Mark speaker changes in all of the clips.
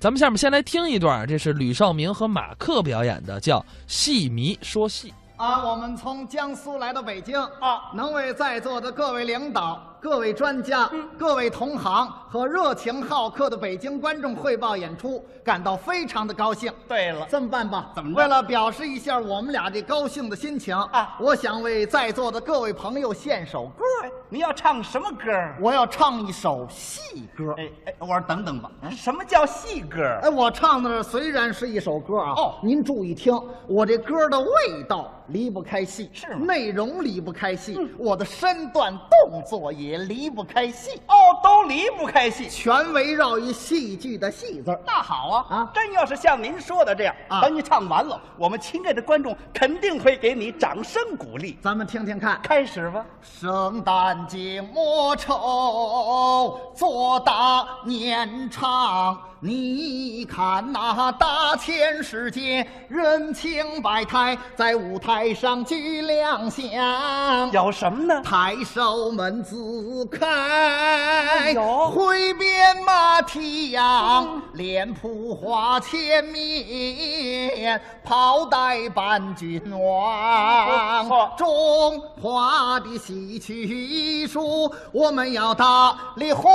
Speaker 1: 咱们下面先来听一段，这是吕少明和马克表演的，叫《戏迷说戏》。
Speaker 2: 啊，我们从江苏来到北京啊，能为在座的各位领导、各位专家、
Speaker 3: 嗯
Speaker 2: 各位同行和热情好客的北京观众汇报演出感到非常的高兴。
Speaker 3: 对了，
Speaker 2: 这么办吧，
Speaker 3: 怎么着
Speaker 2: 为了表示一下我们俩这高兴的心情
Speaker 3: 啊
Speaker 2: 我想为在座的各位朋友献首歌，
Speaker 3: 你要唱什么歌儿？
Speaker 2: 我要唱一首戏歌。
Speaker 3: 哎哎，我说等等吧，呃什么叫戏歌儿？
Speaker 2: 哎，我唱的虽然是一首歌啊，
Speaker 3: 哦
Speaker 2: 您注意听，我这歌的味道离不开戏，
Speaker 3: 是吗嗯
Speaker 2: 内容离不开戏，我的身段动作也离不开戏，
Speaker 3: 哦，都离不开戏。
Speaker 2: 全围绕于戏剧的“戏”字儿。
Speaker 3: 那好啊，
Speaker 2: 啊
Speaker 3: 真要是像您说的这样，
Speaker 2: 啊
Speaker 3: 等你唱完了，我们亲爱的观众肯定会给你掌声鼓励。
Speaker 2: 咱们听听看，
Speaker 3: 开始吧，
Speaker 2: 圣诞节莫愁，做大年长。你看那、大千世界，人情百态，在舞台上俱亮相。
Speaker 3: 有什么呢？
Speaker 2: 抬手门自开，
Speaker 3: 哎呦嗯
Speaker 2: 挥鞭马蹄扬，脸谱花千面，袍带伴君王
Speaker 3: 不错。
Speaker 2: 中华的戏曲艺术，我们要大力弘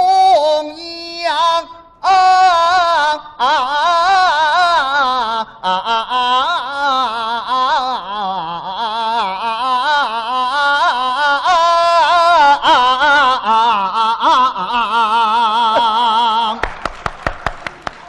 Speaker 2: 扬。啊啊啊啊啊！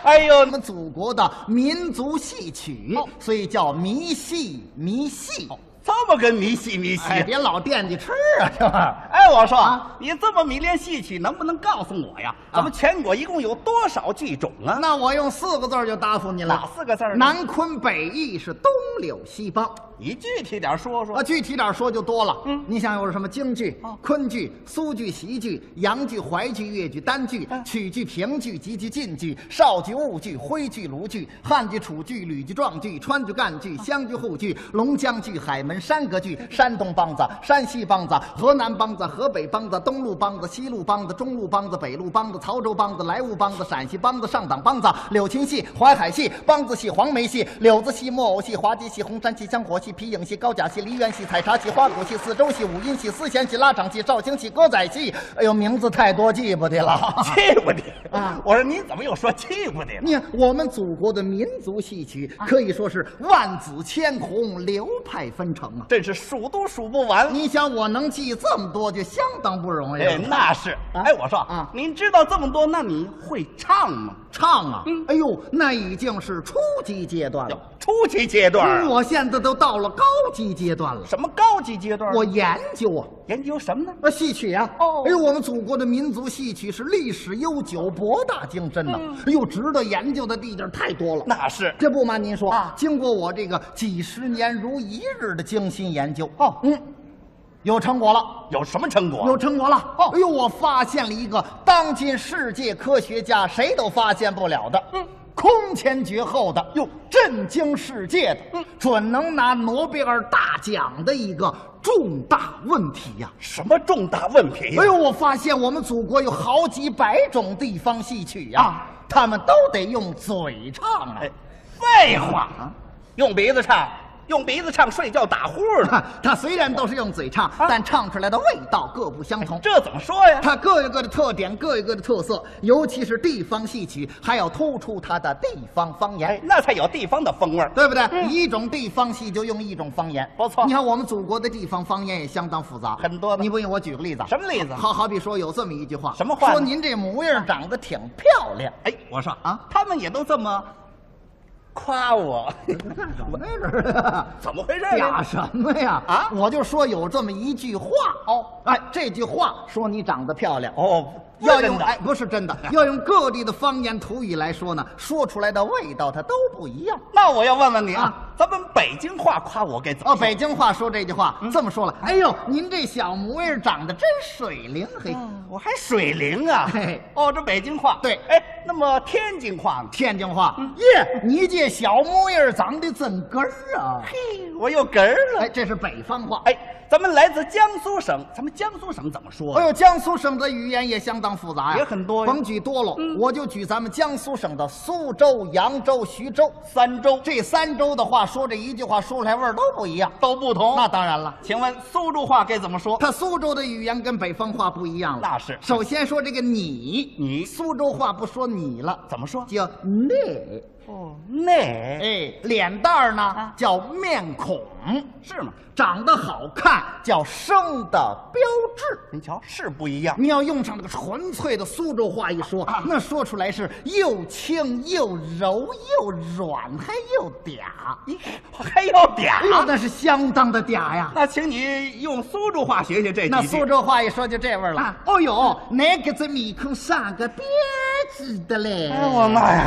Speaker 3: 哎呦
Speaker 2: 我，们祖国的民族戏曲，所以叫迷戏迷戏。
Speaker 3: 这么个迷戏迷戏。
Speaker 2: 哎，别老惦记吃啊，这玩意儿。
Speaker 3: 哎，我说、
Speaker 2: 啊
Speaker 3: 你这么迷恋戏曲，能不能告诉我呀？咱们全国一共有多少剧种啊？
Speaker 2: 那我用四个字儿就答复你了。
Speaker 3: 哪四个字儿呢
Speaker 2: 南昆北弋是东柳西梆。
Speaker 3: 你具体点说说。
Speaker 2: 啊，具体点儿说就多了。
Speaker 3: 嗯哦
Speaker 2: 你想有什么京剧、昆剧、苏剧、习剧、洋剧、淮剧、越剧、单剧、
Speaker 3: 嗯
Speaker 2: 曲剧、评剧、极剧、晋剧、绍剧、婺剧、徽剧、卢剧、汉剧、楚剧、吕剧、壮剧、川剧、赣
Speaker 3: 哦
Speaker 2: 剧、湘剧、沪剧、龙江剧、海门山阁剧、山东梆子、山西梆子、河南梆子、河北梆子、东路梆子、西路梆子、中路梆子、北路梆子、曹州梆子、莱芜梆子、陕西梆子、上党梆子、柳琴戏、淮海戏、梆子戏、黄梅戏、柳子戏、木偶戏、滑稽戏、红山戏、香火戏、皮影戏、高甲戏、梨园戏、采茶戏、花鼓戏、四周戏、五音戏、丝弦戏、拉场戏、绍兴戏、歌仔戏。哎呦，名字太多，记不得了。
Speaker 3: 气不得
Speaker 2: 啊
Speaker 3: 我说你怎么又说气不得了？
Speaker 2: 你看，我们祖国的民族戏曲可以说是万紫千红，流派纷呈啊。
Speaker 3: 真是数都数不完。
Speaker 2: 你想，我能记这么多，就相当不容易
Speaker 3: 哎，
Speaker 2: 了。
Speaker 3: 那是。
Speaker 2: 啊
Speaker 3: 哎，我说
Speaker 2: 啊
Speaker 3: 您知道这么多，那你会唱吗？
Speaker 2: 唱啊，
Speaker 3: 嗯
Speaker 2: 哎呦，那已经是初级阶段了。
Speaker 3: 初级阶段啊、
Speaker 2: 嗯我现在都到了高级阶段了，
Speaker 3: 什么高级阶段？
Speaker 2: 我研究啊。
Speaker 3: 研究什么呢？
Speaker 2: 啊，戏曲啊，
Speaker 3: 哦
Speaker 2: 哎呦，我们祖国的民族戏曲是历史悠久、博大精深呐、哎呦，值得研究的地界儿太多了。
Speaker 3: 嗯那是
Speaker 2: 这不瞒您说
Speaker 3: 啊
Speaker 2: 经过我这个几十年如一日的精心研究，哦，嗯，有成果了。
Speaker 3: 有什么成果？
Speaker 2: 有成果了
Speaker 3: 哦
Speaker 2: 哎呦，我发现了一个当今世界科学家谁都发现不了的，嗯，空前绝后的，
Speaker 3: 哟
Speaker 2: 震惊世界的，嗯，准能拿诺贝尔大奖的一个重大问题呀、
Speaker 3: 什么重大问题、
Speaker 2: 哎呦，，我发现我们祖国有好几百种地方戏曲呀、
Speaker 3: 啊
Speaker 2: 他们都得用嘴唱啊。
Speaker 3: 哎，废话，用鼻子唱，用鼻子唱，睡觉打呼
Speaker 2: 他
Speaker 3: 呢，
Speaker 2: 他虽然都是用嘴唱，但唱出来的味道各不相同。
Speaker 3: 这怎么说 呀？
Speaker 2: 它各有各的特点，各有各的特色，尤其是地方戏曲，还要突出它的地方方言。
Speaker 3: 哎，那才有地方的风味儿。
Speaker 2: 对不对？一种地方戏就用一种方言，
Speaker 3: 不错
Speaker 2: 你看我们祖国的地方方言也相当复杂，
Speaker 3: 很多呢
Speaker 2: 你不信，我举个例子。
Speaker 3: 什么例子
Speaker 2: 好好比说，有这么一句话，
Speaker 3: 什么话呢
Speaker 2: 说您这模样长得挺漂 亮。
Speaker 3: 哎，我说
Speaker 2: 啊
Speaker 3: 他们也都这么夸我， 怎么回事儿呢
Speaker 2: 假什么呀？
Speaker 3: 啊
Speaker 2: 我就说有这么一句话哦，哎，这句话说你长得漂亮，
Speaker 3: 哦，不是
Speaker 2: 要
Speaker 3: 真
Speaker 2: 用
Speaker 3: 的
Speaker 2: 哎，不是真 的，要用各地的方言土语来说呢，说出来的味道它都不一样。
Speaker 3: 那我要问问你
Speaker 2: 啊
Speaker 3: 啊，咱们北京话夸我该怎么
Speaker 2: 哦，
Speaker 3: 说？
Speaker 2: 北京话说这句话、
Speaker 3: 嗯
Speaker 2: 这么说了，哎呦，您这小模样长得真水灵，嘿，
Speaker 3: 嗯我还水灵啊
Speaker 2: 嘿！
Speaker 3: 哦，这北京话
Speaker 2: 对
Speaker 3: 哎，那么天津话呢？
Speaker 2: 天津话，
Speaker 3: 嗯
Speaker 2: 耶，你这小模样长得真根儿啊，
Speaker 3: 嘿，我有哏儿
Speaker 2: 哎，
Speaker 3: 了。
Speaker 2: 这是北方话，
Speaker 3: 哎，咱们来自江苏省，咱们江苏省怎么说啊
Speaker 2: 哎
Speaker 3: 呀？
Speaker 2: 呦，江苏省的语言也相当复杂呀，
Speaker 3: 也很多呀嗯
Speaker 2: 甭举多了，我就举咱们江苏省的苏州、扬州、徐州
Speaker 3: 三州
Speaker 2: 这三州的话，说这一句话说出来味儿都不一样。
Speaker 3: 都不同。
Speaker 2: 那当然了，
Speaker 3: 请问苏州话该怎么说？
Speaker 2: 它苏州的语言跟北方话不一样了。
Speaker 3: 那是
Speaker 2: 首先说这个你，
Speaker 3: 你
Speaker 2: 苏州话不说你了，
Speaker 3: 怎么说？
Speaker 2: 叫那，
Speaker 3: 哦，那
Speaker 2: 哎，脸蛋儿呢、
Speaker 3: 啊
Speaker 2: 叫面孔，
Speaker 3: 是吗？
Speaker 2: 长得好看叫生的标志。
Speaker 3: 您瞧，是不一样。
Speaker 2: 你要用上这个纯粹的苏州话一说，
Speaker 3: 啊
Speaker 2: 那说出来是又轻又柔又软，还又嗲，
Speaker 3: 咦，还要
Speaker 2: 哎呦，
Speaker 3: 嗲？
Speaker 2: 那是相当的嗲呀。
Speaker 3: 那请你用苏州话学学这几句。
Speaker 2: 那苏州话一说就这味儿
Speaker 3: 啊
Speaker 2: 了。哦呦，那个这米坑上个辫子的嘞！
Speaker 3: 哎我妈呀，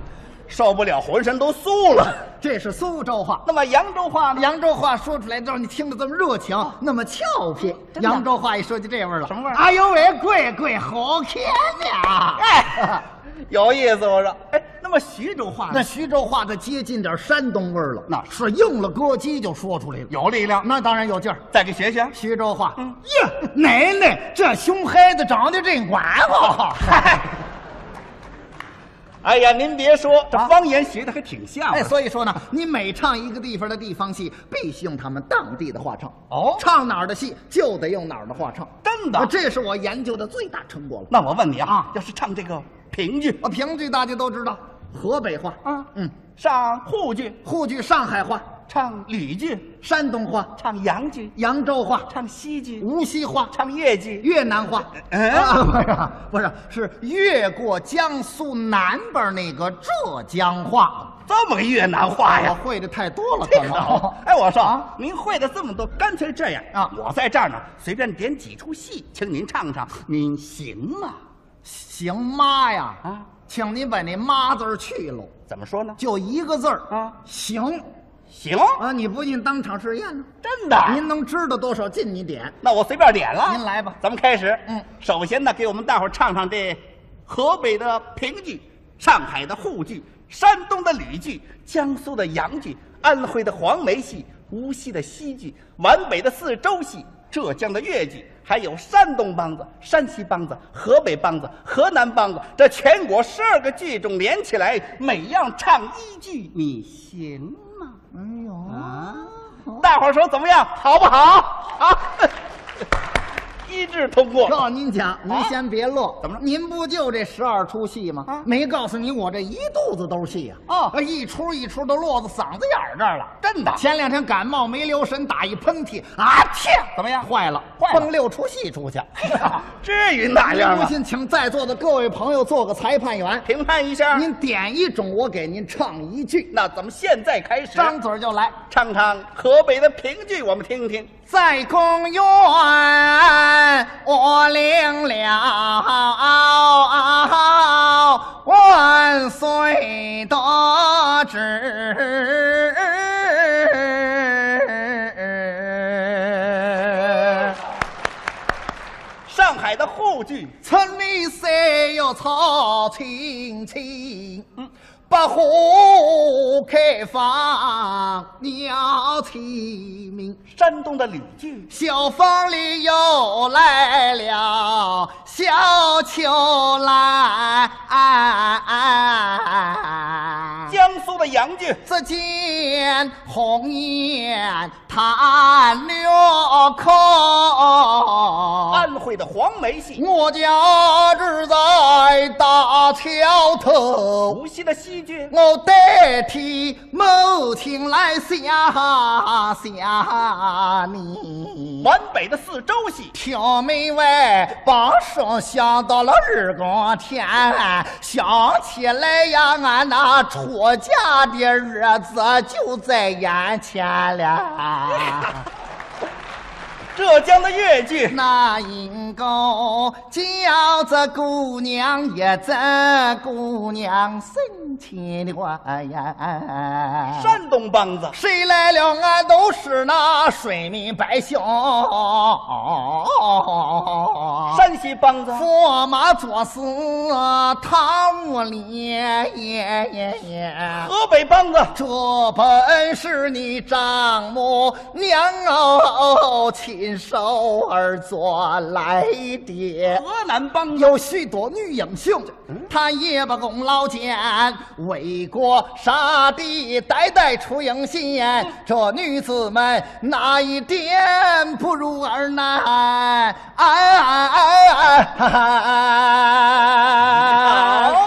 Speaker 3: 受不了，浑身都酥了。
Speaker 2: 这是苏州话。
Speaker 3: 那么扬州话呢？
Speaker 2: 扬州话说出来让你听着这么热情，那么俏皮。
Speaker 3: 哦真的
Speaker 2: 扬州话一说就这味儿了，
Speaker 3: 什么味儿
Speaker 2: 哎呦喂，贵贵好看呀！
Speaker 3: 哎， 有意思，我说。哎，那么徐州话
Speaker 2: 那
Speaker 3: 呢？
Speaker 2: 徐州话的接近点山东味儿了，
Speaker 3: 那
Speaker 2: 是硬了咯叽就说出来了。
Speaker 3: 有力量。
Speaker 2: 那当然有劲儿。
Speaker 3: 再给学学。
Speaker 2: 徐州话，
Speaker 3: 嗯
Speaker 2: 呀，奶奶，这熊孩子长得真乖哦！
Speaker 3: 嗨，哎呀，您别说，这方言学的还挺像啊
Speaker 2: 哎，
Speaker 3: 的。
Speaker 2: 所以说呢，你每唱一个地方的地方戏，必须用他们当地的话唱。
Speaker 3: 哦
Speaker 2: 唱哪儿的戏就得用哪儿的话唱。
Speaker 3: 真的
Speaker 2: 啊这是我研究的最大成果了。
Speaker 3: 那我问你啊
Speaker 2: 啊，
Speaker 3: 要是唱这个评剧
Speaker 2: 我评剧大家都知道，河北话，
Speaker 3: 啊
Speaker 2: 嗯，
Speaker 3: 上沪剧，
Speaker 2: 沪剧上海话，
Speaker 3: 唱吕剧，
Speaker 2: 山东话，
Speaker 3: 唱洋剧，
Speaker 2: 扬州话，
Speaker 3: 唱戏剧，
Speaker 2: 无锡话，
Speaker 3: 唱越剧，
Speaker 2: 越南话，
Speaker 3: 嗯
Speaker 2: 啊不是不是，是越过江苏南边那个浙江话。
Speaker 3: 这么个越南话
Speaker 2: 我
Speaker 3: 哎呀。
Speaker 2: 会的太多了，
Speaker 3: 这
Speaker 2: 可
Speaker 3: 好
Speaker 2: 能。，
Speaker 3: 哎，我说啊，您会的这么多，干脆这样
Speaker 2: 啊
Speaker 3: 我在这儿呢，随便点几出戏，请您唱唱，您行吗？
Speaker 2: 行妈呀，
Speaker 3: 啊，
Speaker 2: 请您把那“妈”字儿去了，
Speaker 3: 怎么说呢？
Speaker 2: 就一个字儿
Speaker 3: 啊
Speaker 2: 行
Speaker 3: 行，
Speaker 2: 啊！你不信当场试验呢？
Speaker 3: 真的。
Speaker 2: 您能知道多少进你点？
Speaker 3: 那我随便点了，
Speaker 2: 您来吧
Speaker 3: 咱们开始。
Speaker 2: 嗯
Speaker 3: 首先呢，给我们大伙儿唱唱这河北的评剧、上海的沪剧、山东的吕剧、江苏的洋剧、安徽的黄梅戏、无锡的西剧、皖北的四周戏、浙江的越剧，还有山东梆子、山西梆子、河北梆子、河南梆子，这全国十二个剧种连起来，每样唱一句，你行吗？
Speaker 2: 哎呦
Speaker 3: 啊！大伙儿说怎么样？好不好？好， 一致通过。
Speaker 2: 告诉您讲，您
Speaker 3: 啊
Speaker 2: 先别乐，
Speaker 3: 怎么了
Speaker 2: 您不就这十二出戏吗？
Speaker 3: 啊
Speaker 2: 没告诉你我这一肚子都是戏呀、
Speaker 3: 哦
Speaker 2: 啊一出一出都落到嗓子眼儿这儿了。
Speaker 3: 真的
Speaker 2: 前两天感冒没留神打一喷嚏，啊天，
Speaker 3: 怎么样
Speaker 2: 坏了，
Speaker 3: 坏了哎
Speaker 2: 蹦六出戏出去。
Speaker 3: 至于那样
Speaker 2: 您
Speaker 3: 吗
Speaker 2: 不？信，请在座的各位朋友做个裁判员，
Speaker 3: 评判一下。
Speaker 2: 您点一种，我给您唱一句，
Speaker 3: 那咱们现在开始
Speaker 2: 张嘴就来。
Speaker 3: 唱唱河北的评剧，我们听听。
Speaker 2: 在公园，我领了万岁的旨。
Speaker 3: 上海的沪剧，
Speaker 2: 村里谁有草青青？百花开放鸟齐鸣。
Speaker 3: 山东的吕剧，
Speaker 2: 小风里又来了，小秋来。啊
Speaker 3: 江苏的洋剧，
Speaker 2: 只见红雁弹六空，哦
Speaker 3: 安徽的黄梅戏，
Speaker 2: 我家住在大桥头。
Speaker 3: 无锡的戏剧，
Speaker 2: 我代替母亲来想想你。
Speaker 3: 皖北的四周戏，
Speaker 2: 小妹外，把上想到了日光天，啊想起来呀，俺那出嫁的日子就在眼前了。
Speaker 3: 浙江的越剧，
Speaker 2: 那银钩叫这姑娘一真姑娘身门前的花呀。
Speaker 3: 山东梆子，
Speaker 2: 谁来了俺都是那水民百姓。
Speaker 3: 山西梆子，
Speaker 2: 驸马做事他无脸，
Speaker 3: 河北梆子，
Speaker 2: 这本是你丈母娘哦亲手而做来的。
Speaker 3: 河南梆子，
Speaker 2: 有许多女英雄，她也把功劳减，为国杀敌，代代出英贤。这女子们哪一点不如儿男？哎哎哎哎哎！
Speaker 3: 好。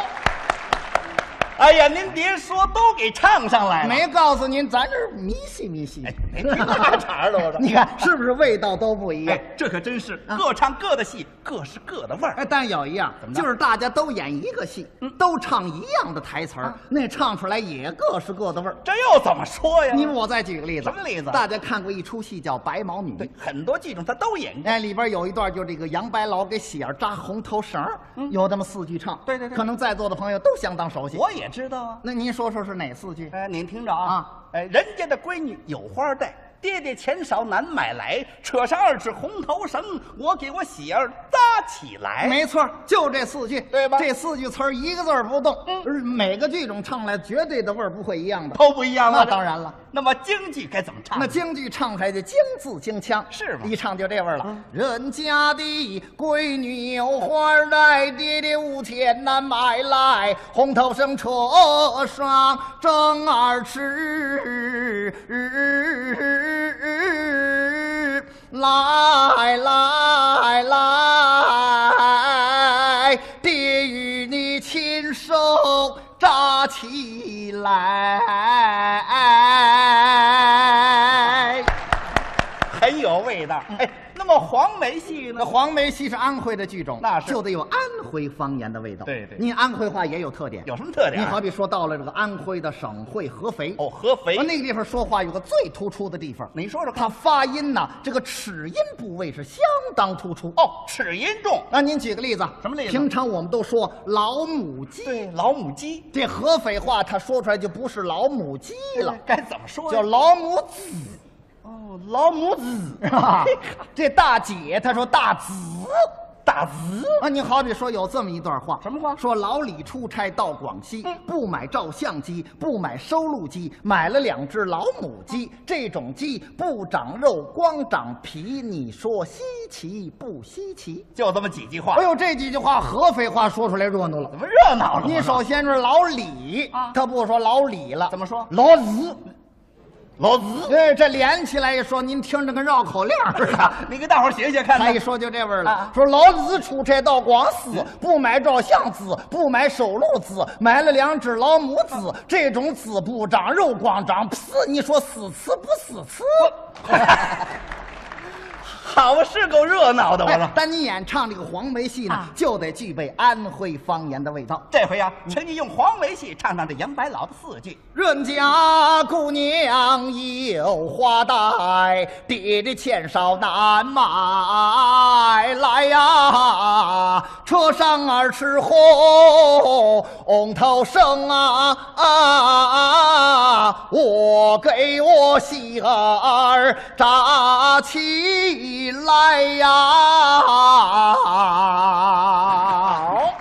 Speaker 3: 哎呀，您别说，都给唱上来了。
Speaker 2: 没告诉您，咱这儿迷信迷信。
Speaker 3: 没大茬了，我 说。
Speaker 2: 你看是不是味道都不一样
Speaker 3: 哎？，这可真是各唱各的戏，各是各的味
Speaker 2: 哎，
Speaker 3: 儿。
Speaker 2: 但有一样
Speaker 3: 怎，么着嗯
Speaker 2: 就是大家都演一个戏，都唱一样的台词
Speaker 3: 啊
Speaker 2: 儿，那唱出来也各是各的味儿。
Speaker 3: 这又怎么说呀？
Speaker 2: 你我再举个例子，
Speaker 3: 哎什么例子啊
Speaker 2: 大家看过一出戏叫《白毛女》
Speaker 3: 对，很多剧种他都演过。
Speaker 2: 哎，里边有一段就这个杨白劳给喜儿扎红头绳儿，有这么四句唱。
Speaker 3: 嗯对对对
Speaker 2: 可能在座的朋友都相当熟悉。
Speaker 3: 我也知道啊。
Speaker 2: 那您说说是哪四句？
Speaker 3: 哎，您听着啊
Speaker 2: 啊，
Speaker 3: 哎，人家的闺女有花戴，爹爹钱少难买来，扯上二尺红头绳，我给我喜儿扎起来。
Speaker 2: 没错，就这四句，
Speaker 3: 哎对吧嗯
Speaker 2: 这四句词儿一个字儿不动，而每个剧种唱来绝对的味儿不会一样的。
Speaker 3: 都不一样了。
Speaker 2: 那当然了。
Speaker 3: 那么京剧该怎么唱？
Speaker 2: 那京剧唱出来的京字京腔
Speaker 3: 是吗
Speaker 2: 一唱就这味儿了。人家的闺女有花儿戴，爹爹无钱难买来，红头绳扯上正二尺。来来来，爹与你亲手扎起来。
Speaker 3: 很有味道。
Speaker 2: 嗯
Speaker 3: 哎，那么黄梅戏呢
Speaker 2: 那？黄梅戏是安徽的剧种，
Speaker 3: 那是
Speaker 2: 就得有安徽方言的味道。
Speaker 3: 对对
Speaker 2: 您安徽话也有特点，
Speaker 3: 有什么特点
Speaker 2: 您
Speaker 3: 啊？
Speaker 2: 好比说到了这个安徽的省会合肥，
Speaker 3: 哦，合肥
Speaker 2: 那个地方说话有个最突出的地方，
Speaker 3: 您说说看
Speaker 2: 它发音呐，这个齿音部位是相当突出。
Speaker 3: 哦，齿音重，
Speaker 2: 那您举个例子，啊
Speaker 3: 什么例子
Speaker 2: 平常我们都说老母鸡，
Speaker 3: 对，老母鸡
Speaker 2: 这合肥话它说出来就不是老母鸡了，
Speaker 3: 该怎么说呀？
Speaker 2: 叫老母子。
Speaker 3: 哦，老母子，
Speaker 2: 这大姐她说大子。
Speaker 3: 大子
Speaker 2: 啊，你好比说有这么一段话，
Speaker 3: 什么话嗯
Speaker 2: 说老李出差到广西，不买照相机，不买收录机，买了两只老母鸡。
Speaker 3: 嗯
Speaker 2: 这种鸡不长肉，光长皮，你说稀奇不稀奇？
Speaker 3: 就这么几句话
Speaker 2: 哎，呦，这几句话合肥话说出来热闹了
Speaker 3: 怎。么热闹了？
Speaker 2: 你首先说老李，他不说老李了，
Speaker 3: 啊怎么说
Speaker 2: 老子，
Speaker 3: 老子，
Speaker 2: 哎，这连起来一说，您听着跟绕口令似的。
Speaker 3: 你给大伙儿学学看
Speaker 2: 他
Speaker 3: 呐。
Speaker 2: 一说就这味儿了，
Speaker 3: 啊嗯
Speaker 2: 说老子出差到广西，不买照相子，不买手录子，买了两只老母子，
Speaker 3: 嗯
Speaker 2: 这种子不长肉，光长皮，你说死吃不死吃？
Speaker 3: 好是够热闹 的，我说啊
Speaker 2: 哎。但你演唱这个黄梅戏呢，就得具备安徽方言的味道。
Speaker 3: 这回呀，请你用黄梅戏唱唱这杨白劳的四句。
Speaker 2: 人家啊姑娘有花戴，爹的钱少难买来呀、车上儿吃红头绳啊啊，我给我喜儿扎起来呀、好，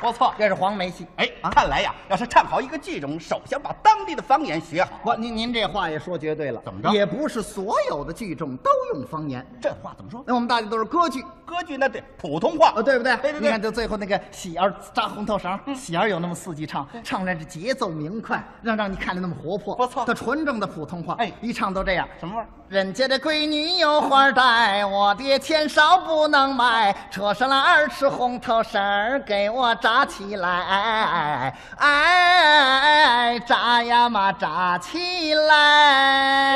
Speaker 3: 不错，
Speaker 2: 这是黄梅戏。
Speaker 3: 哎，看来呀，要是唱好一个剧种，首先把当地的方言学好。
Speaker 2: 我您您这话也说绝对了，
Speaker 3: 怎么着
Speaker 2: 也不是所有的剧种都用方言，
Speaker 3: 这话怎么说？
Speaker 2: 那我们大家都是歌剧，
Speaker 3: 歌剧那得普通话
Speaker 2: 啊，对不对？
Speaker 3: 对对嗯
Speaker 2: 你看，
Speaker 3: 对，
Speaker 2: 就最后那个喜儿扎红头绳，喜儿有那么四句唱，唱来这节奏明快，让让你看着那么活泼，
Speaker 3: 不错
Speaker 2: 这纯正的普通话，
Speaker 3: 哎
Speaker 2: 一唱都这样。
Speaker 3: 什么味儿？
Speaker 2: 人家的闺女有花儿戴，我的钱少不能买，扯上了二尺红头绳儿给我扎起来，哎，扎呀嘛扎起来。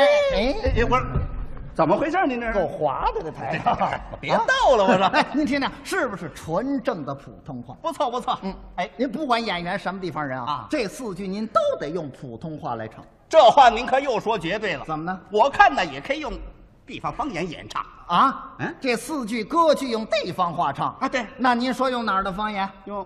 Speaker 2: 哎，
Speaker 3: 哎，我说怎么回事儿？您这是
Speaker 2: 够滑的这台
Speaker 3: 哎别逗了，我说。
Speaker 2: 哎，您听听，是不是纯正的普通话？
Speaker 3: 不错不错，嗯，哎，
Speaker 2: 您不管演员什么地方人啊
Speaker 3: 啊，
Speaker 2: 这四句您都得用普通话来唱，
Speaker 3: 这话您可又说绝对了。
Speaker 2: 怎么呢？
Speaker 3: 我看呢也可以用地方方言演唱，
Speaker 2: 啊，
Speaker 3: 嗯
Speaker 2: 这四句歌剧用地方话唱
Speaker 3: 啊对
Speaker 2: 那您说用哪儿的方言？
Speaker 3: 用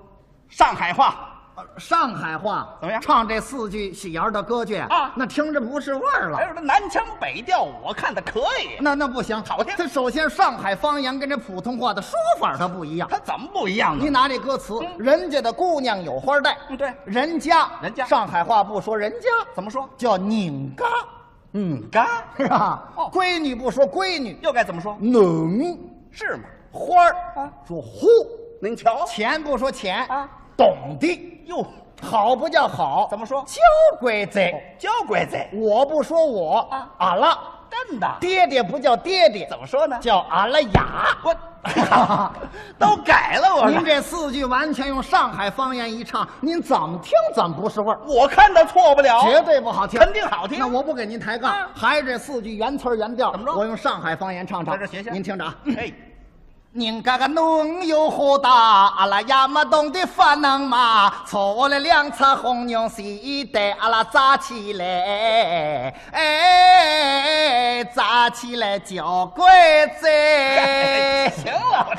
Speaker 3: 上海话、
Speaker 2: 上海话
Speaker 3: 呃怎么样
Speaker 2: 唱这四句喜儿的歌剧
Speaker 3: 啊哎
Speaker 2: 那听着不是味儿了
Speaker 3: 还。有这南腔北调，我看的可以。
Speaker 2: 那那不行，
Speaker 3: 好听
Speaker 2: 它首先上海方言跟这普通话的说法它不一样。
Speaker 3: 他怎么不一样啊
Speaker 2: 你
Speaker 3: 呢？
Speaker 2: 拿这歌词，
Speaker 3: 嗯
Speaker 2: 人家的姑娘有花戴，
Speaker 3: 嗯对
Speaker 2: 人家
Speaker 3: 人家
Speaker 2: 上海话不说人家，
Speaker 3: 怎么说？
Speaker 2: 叫拧嘎，
Speaker 3: 嗯，嘎
Speaker 2: 是吧？
Speaker 3: 哦
Speaker 2: 闺女不说闺女，
Speaker 3: 又该怎么说？
Speaker 2: 拧
Speaker 3: 是吗？
Speaker 2: 花儿
Speaker 3: 啊
Speaker 2: 说呼，
Speaker 3: 您瞧，
Speaker 2: 钱不说钱
Speaker 3: 啊，
Speaker 2: 懂的，
Speaker 3: 哟，哦
Speaker 2: 好不叫好，
Speaker 3: 怎么说
Speaker 2: 交规则，
Speaker 3: 交鬼子，
Speaker 2: 我不说我
Speaker 3: 啊
Speaker 2: 俺了，
Speaker 3: 真的？
Speaker 2: 爹爹不叫爹爹，
Speaker 3: 怎么说呢？
Speaker 2: 叫俺了雅。
Speaker 3: 我 都改了，我
Speaker 2: 您
Speaker 3: 说
Speaker 2: 这四句完全用上海方言一唱，您怎么听怎么不是味儿，
Speaker 3: 我看他错不了，
Speaker 2: 绝对不好听，
Speaker 3: 肯定好听
Speaker 2: 那我不给您抬杠
Speaker 3: 啊，
Speaker 2: 还是这四句原词儿原调，
Speaker 3: 怎么着
Speaker 2: 我用上海方言唱唱，
Speaker 3: 在这学学
Speaker 2: 您听着 啊。
Speaker 3: 哎，
Speaker 2: 人家个农有好大，阿拉也没懂得发能嘛，错了两侧红牛西带，阿拉扎起来，哎，扎起来叫鬼子。
Speaker 3: 哎行了，我